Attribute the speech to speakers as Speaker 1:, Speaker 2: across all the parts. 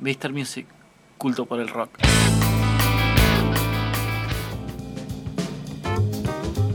Speaker 1: Daystar Music, culto por el rock.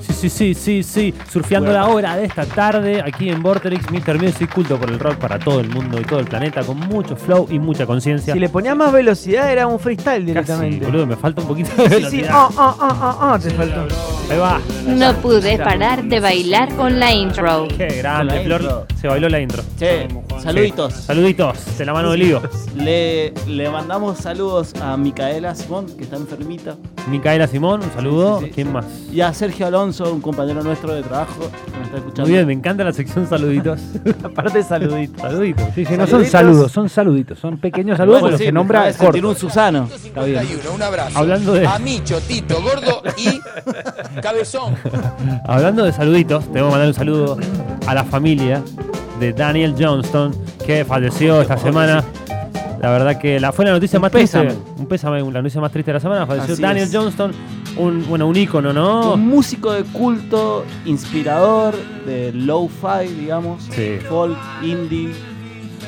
Speaker 2: Sí, sí, sí, sí, sí. Surfeando
Speaker 3: Bueno.
Speaker 2: la hora de esta tarde aquí en Vorterix, Mr. Music, culto por el rock para todo el mundo y todo el planeta, con mucho flow y mucha conciencia.
Speaker 4: Si le ponía más velocidad era un freestyle
Speaker 2: Casi,
Speaker 4: directamente.
Speaker 2: boludo, me falta un poquito de
Speaker 4: sí, sí,
Speaker 2: velocidad.
Speaker 4: ah, ah, ah, ah, ah, te faltó.
Speaker 2: Ahí va.
Speaker 5: No pude parar de bailar con la intro.
Speaker 2: Qué grande,
Speaker 3: la
Speaker 2: Flor.
Speaker 3: intro.
Speaker 2: Se bailó la intro.
Speaker 3: Che, saluditos.
Speaker 2: Saluditos, de la mano del lío.
Speaker 3: Le, le mandamos saludos a Micaela Simón, que está enfermita,
Speaker 2: Micaela Simón, un saludo.
Speaker 3: Sí, sí, sí.
Speaker 2: ¿Quién más?
Speaker 3: y a Sergio Alonso, un compañero nuestro de trabajo, que nos está escuchando.
Speaker 2: Muy bien, me encanta la sección saluditos.
Speaker 4: Aparte saludito.
Speaker 2: saluditos.
Speaker 6: Sí, sí, no son
Speaker 4: Saluditos.
Speaker 6: saludos, son saluditos, son pequeños saludos,
Speaker 3: Bueno,
Speaker 6: pero
Speaker 3: sí,
Speaker 6: se
Speaker 3: me acaba
Speaker 6: nombra
Speaker 3: de sentir
Speaker 6: corto.
Speaker 3: un Susano.
Speaker 6: Está bien.
Speaker 7: 51, un abrazo.
Speaker 2: Hablando de-
Speaker 7: A Micho, Tito, Gordo y Cabezón.
Speaker 2: Hablando de saluditos, tengo que mandar un saludo a la familia de Daniel Johnston, que falleció esta semana. La verdad que la, fue la noticia
Speaker 3: Un
Speaker 2: más triste.
Speaker 3: pésame.
Speaker 2: Un pésame, la noticia más triste de la semana. Falleció
Speaker 3: Así
Speaker 2: Daniel
Speaker 3: es.
Speaker 2: Johnston, un, bueno, un ícono, ¿no?
Speaker 3: Un músico de culto, inspirador, de low-fi, digamos,
Speaker 2: Sí.
Speaker 3: folk, indie,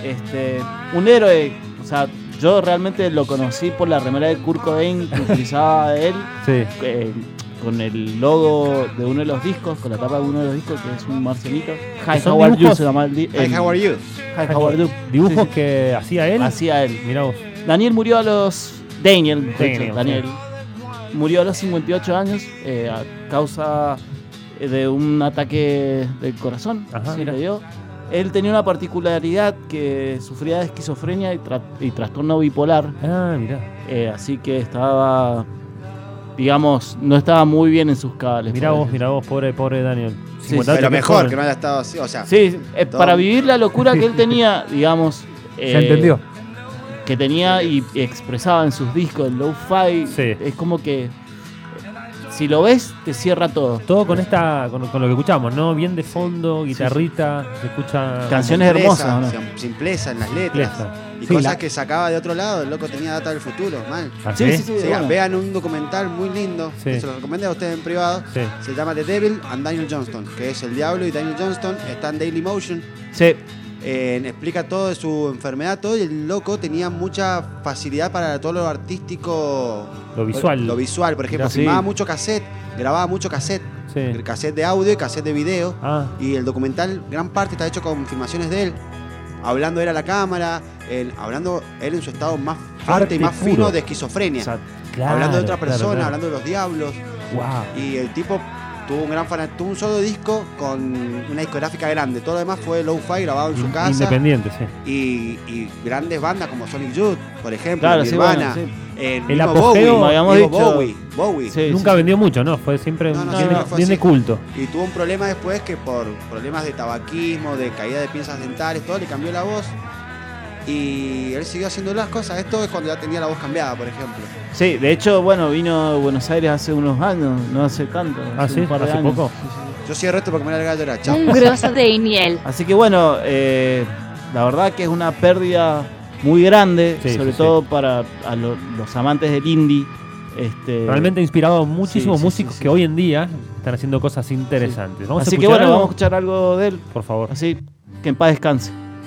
Speaker 3: este, un héroe. O sea, yo realmente lo conocí por la remera de Kurt Cobain que utilizaba él.
Speaker 2: Sí.
Speaker 3: eh, con el logo de uno de los discos, con la tapa de uno de los discos, que es un marcianito. Hi,
Speaker 2: Son
Speaker 3: how are you?
Speaker 2: dibujos.
Speaker 3: Se llama el, di- el-
Speaker 8: Hey, how are you?
Speaker 3: Hi, how are you?
Speaker 2: Dibujos
Speaker 3: Sí,
Speaker 2: que hacía
Speaker 3: sí,
Speaker 2: él.
Speaker 3: Hacía él.
Speaker 2: Mirá vos.
Speaker 3: Daniel murió a los. Daniel, mejor
Speaker 2: Daniel,
Speaker 3: dicho, Daniel. Murió a los 58 años eh, a causa eh, de un ataque del corazón.
Speaker 2: Ajá,
Speaker 3: así
Speaker 2: mira.
Speaker 3: le dio. Él tenía una particularidad que sufría de esquizofrenia y, tra- y trastorno bipolar.
Speaker 2: Ah, mirá.
Speaker 3: eh, así que estaba. Digamos, no estaba muy bien en sus cabales.
Speaker 2: Mirá
Speaker 3: por
Speaker 2: vos,
Speaker 3: decir.
Speaker 2: mirá vos, pobre, pobre Daniel.
Speaker 3: Sí,
Speaker 2: 58
Speaker 8: Pero
Speaker 2: que es
Speaker 8: mejor
Speaker 2: joven.
Speaker 8: que no haya estado así, o sea.
Speaker 3: Sí, eh,
Speaker 8: Todo.
Speaker 3: para vivir la locura que él tenía, digamos.
Speaker 6: ¿Se
Speaker 3: eh,
Speaker 6: entendió?
Speaker 3: que tenía y expresaba en sus discos, el lo-fi,
Speaker 2: Sí.
Speaker 3: es como que eh, si lo ves te cierra todo.
Speaker 2: Todo con esta, con, con lo que escuchamos, ¿no? Bien de fondo, guitarrita, se escucha.
Speaker 3: Canciones
Speaker 8: simpleza,
Speaker 3: hermosas, ¿o ¿no?
Speaker 8: sim- Simpleza en las letras.
Speaker 2: Completa.
Speaker 8: Y
Speaker 6: Sí,
Speaker 8: cosas
Speaker 6: la-
Speaker 8: que sacaba de otro lado, el loco tenía data del futuro, mal.
Speaker 2: ¿Ah,
Speaker 3: Sí, sí, sí, de
Speaker 8: Sí,
Speaker 3: una.
Speaker 8: vean un documental muy lindo,
Speaker 2: Sí.
Speaker 8: que se lo recomendé a ustedes en privado.
Speaker 2: Sí.
Speaker 8: Se llama The Devil and Daniel Johnston, que es el diablo y Daniel Johnston está en Daily Motion.
Speaker 3: Sí,
Speaker 8: Eh, explica todo de su enfermedad, todo, y el loco tenía mucha facilidad para todo lo artístico.
Speaker 2: Lo visual.
Speaker 8: Lo visual, por ejemplo,
Speaker 3: Sí.
Speaker 8: filmaba mucho cassette, grababa mucho cassette,
Speaker 2: Sí.
Speaker 8: cassette de audio y cassette de video.
Speaker 2: Ah,
Speaker 8: Y el documental, gran parte está hecho con filmaciones de él, hablando él a la cámara, él- hablando él en su estado más fuerte
Speaker 2: Arte
Speaker 8: y más
Speaker 2: puro.
Speaker 8: fino de esquizofrenia.
Speaker 2: claro,
Speaker 8: hablando de otra
Speaker 2: claro,
Speaker 8: persona,
Speaker 2: claro.
Speaker 8: hablando de los diablos.
Speaker 2: Wow.
Speaker 8: Y el tipo tuvo un gran fan, tuvo un solo disco con una discográfica grande. Todo lo demás fue low-fi grabado en su
Speaker 2: In-
Speaker 8: casa.
Speaker 2: Independiente, sí.
Speaker 8: Y, y grandes bandas como Sonic Youth, por ejemplo,
Speaker 3: claro, sí,
Speaker 8: Nirvana,
Speaker 3: bueno,
Speaker 8: el,
Speaker 2: El
Speaker 8: mismo
Speaker 2: apogeo,
Speaker 8: Bowie,
Speaker 3: como habíamos
Speaker 8: mismo
Speaker 3: dicho.
Speaker 8: Bowie, Bowie.
Speaker 3: sí. Sí,
Speaker 2: Nunca
Speaker 3: sí.
Speaker 2: vendió mucho, ¿no? Fue siempre
Speaker 8: No, no,
Speaker 2: bien,
Speaker 3: siempre
Speaker 2: de-
Speaker 8: fue
Speaker 2: bien de
Speaker 8: así.
Speaker 2: culto.
Speaker 8: Y tuvo un problema después que por problemas de tabaquismo, de caída de piezas dentales, todo le cambió la voz. Y él siguió haciendo las cosas. Esto es cuando ya tenía la voz cambiada, por ejemplo.
Speaker 3: Sí, de hecho, bueno, vino a Buenos Aires hace unos años, no hace tanto.
Speaker 2: Ah, sí,
Speaker 3: un par de
Speaker 2: hace
Speaker 3: años.
Speaker 2: poco.
Speaker 8: Yo cierro esto porque me voy a largar a llorar. Chao.
Speaker 5: Un grosso de Iniel.
Speaker 3: Así que bueno, eh, la verdad que es una pérdida muy grande,
Speaker 2: Sí,
Speaker 3: sobre
Speaker 2: sí,
Speaker 3: todo para a lo- los amantes del indie. Este,
Speaker 2: Realmente ha inspirado a muchísimos
Speaker 3: sí, sí,
Speaker 2: músicos
Speaker 3: sí.
Speaker 2: que hoy en día están haciendo cosas interesantes. Vamos a
Speaker 3: Así que
Speaker 2: escuchar
Speaker 3: bueno,
Speaker 2: algo,
Speaker 3: vamos a escuchar algo de él.
Speaker 2: Por favor.
Speaker 3: Así que en paz descanse.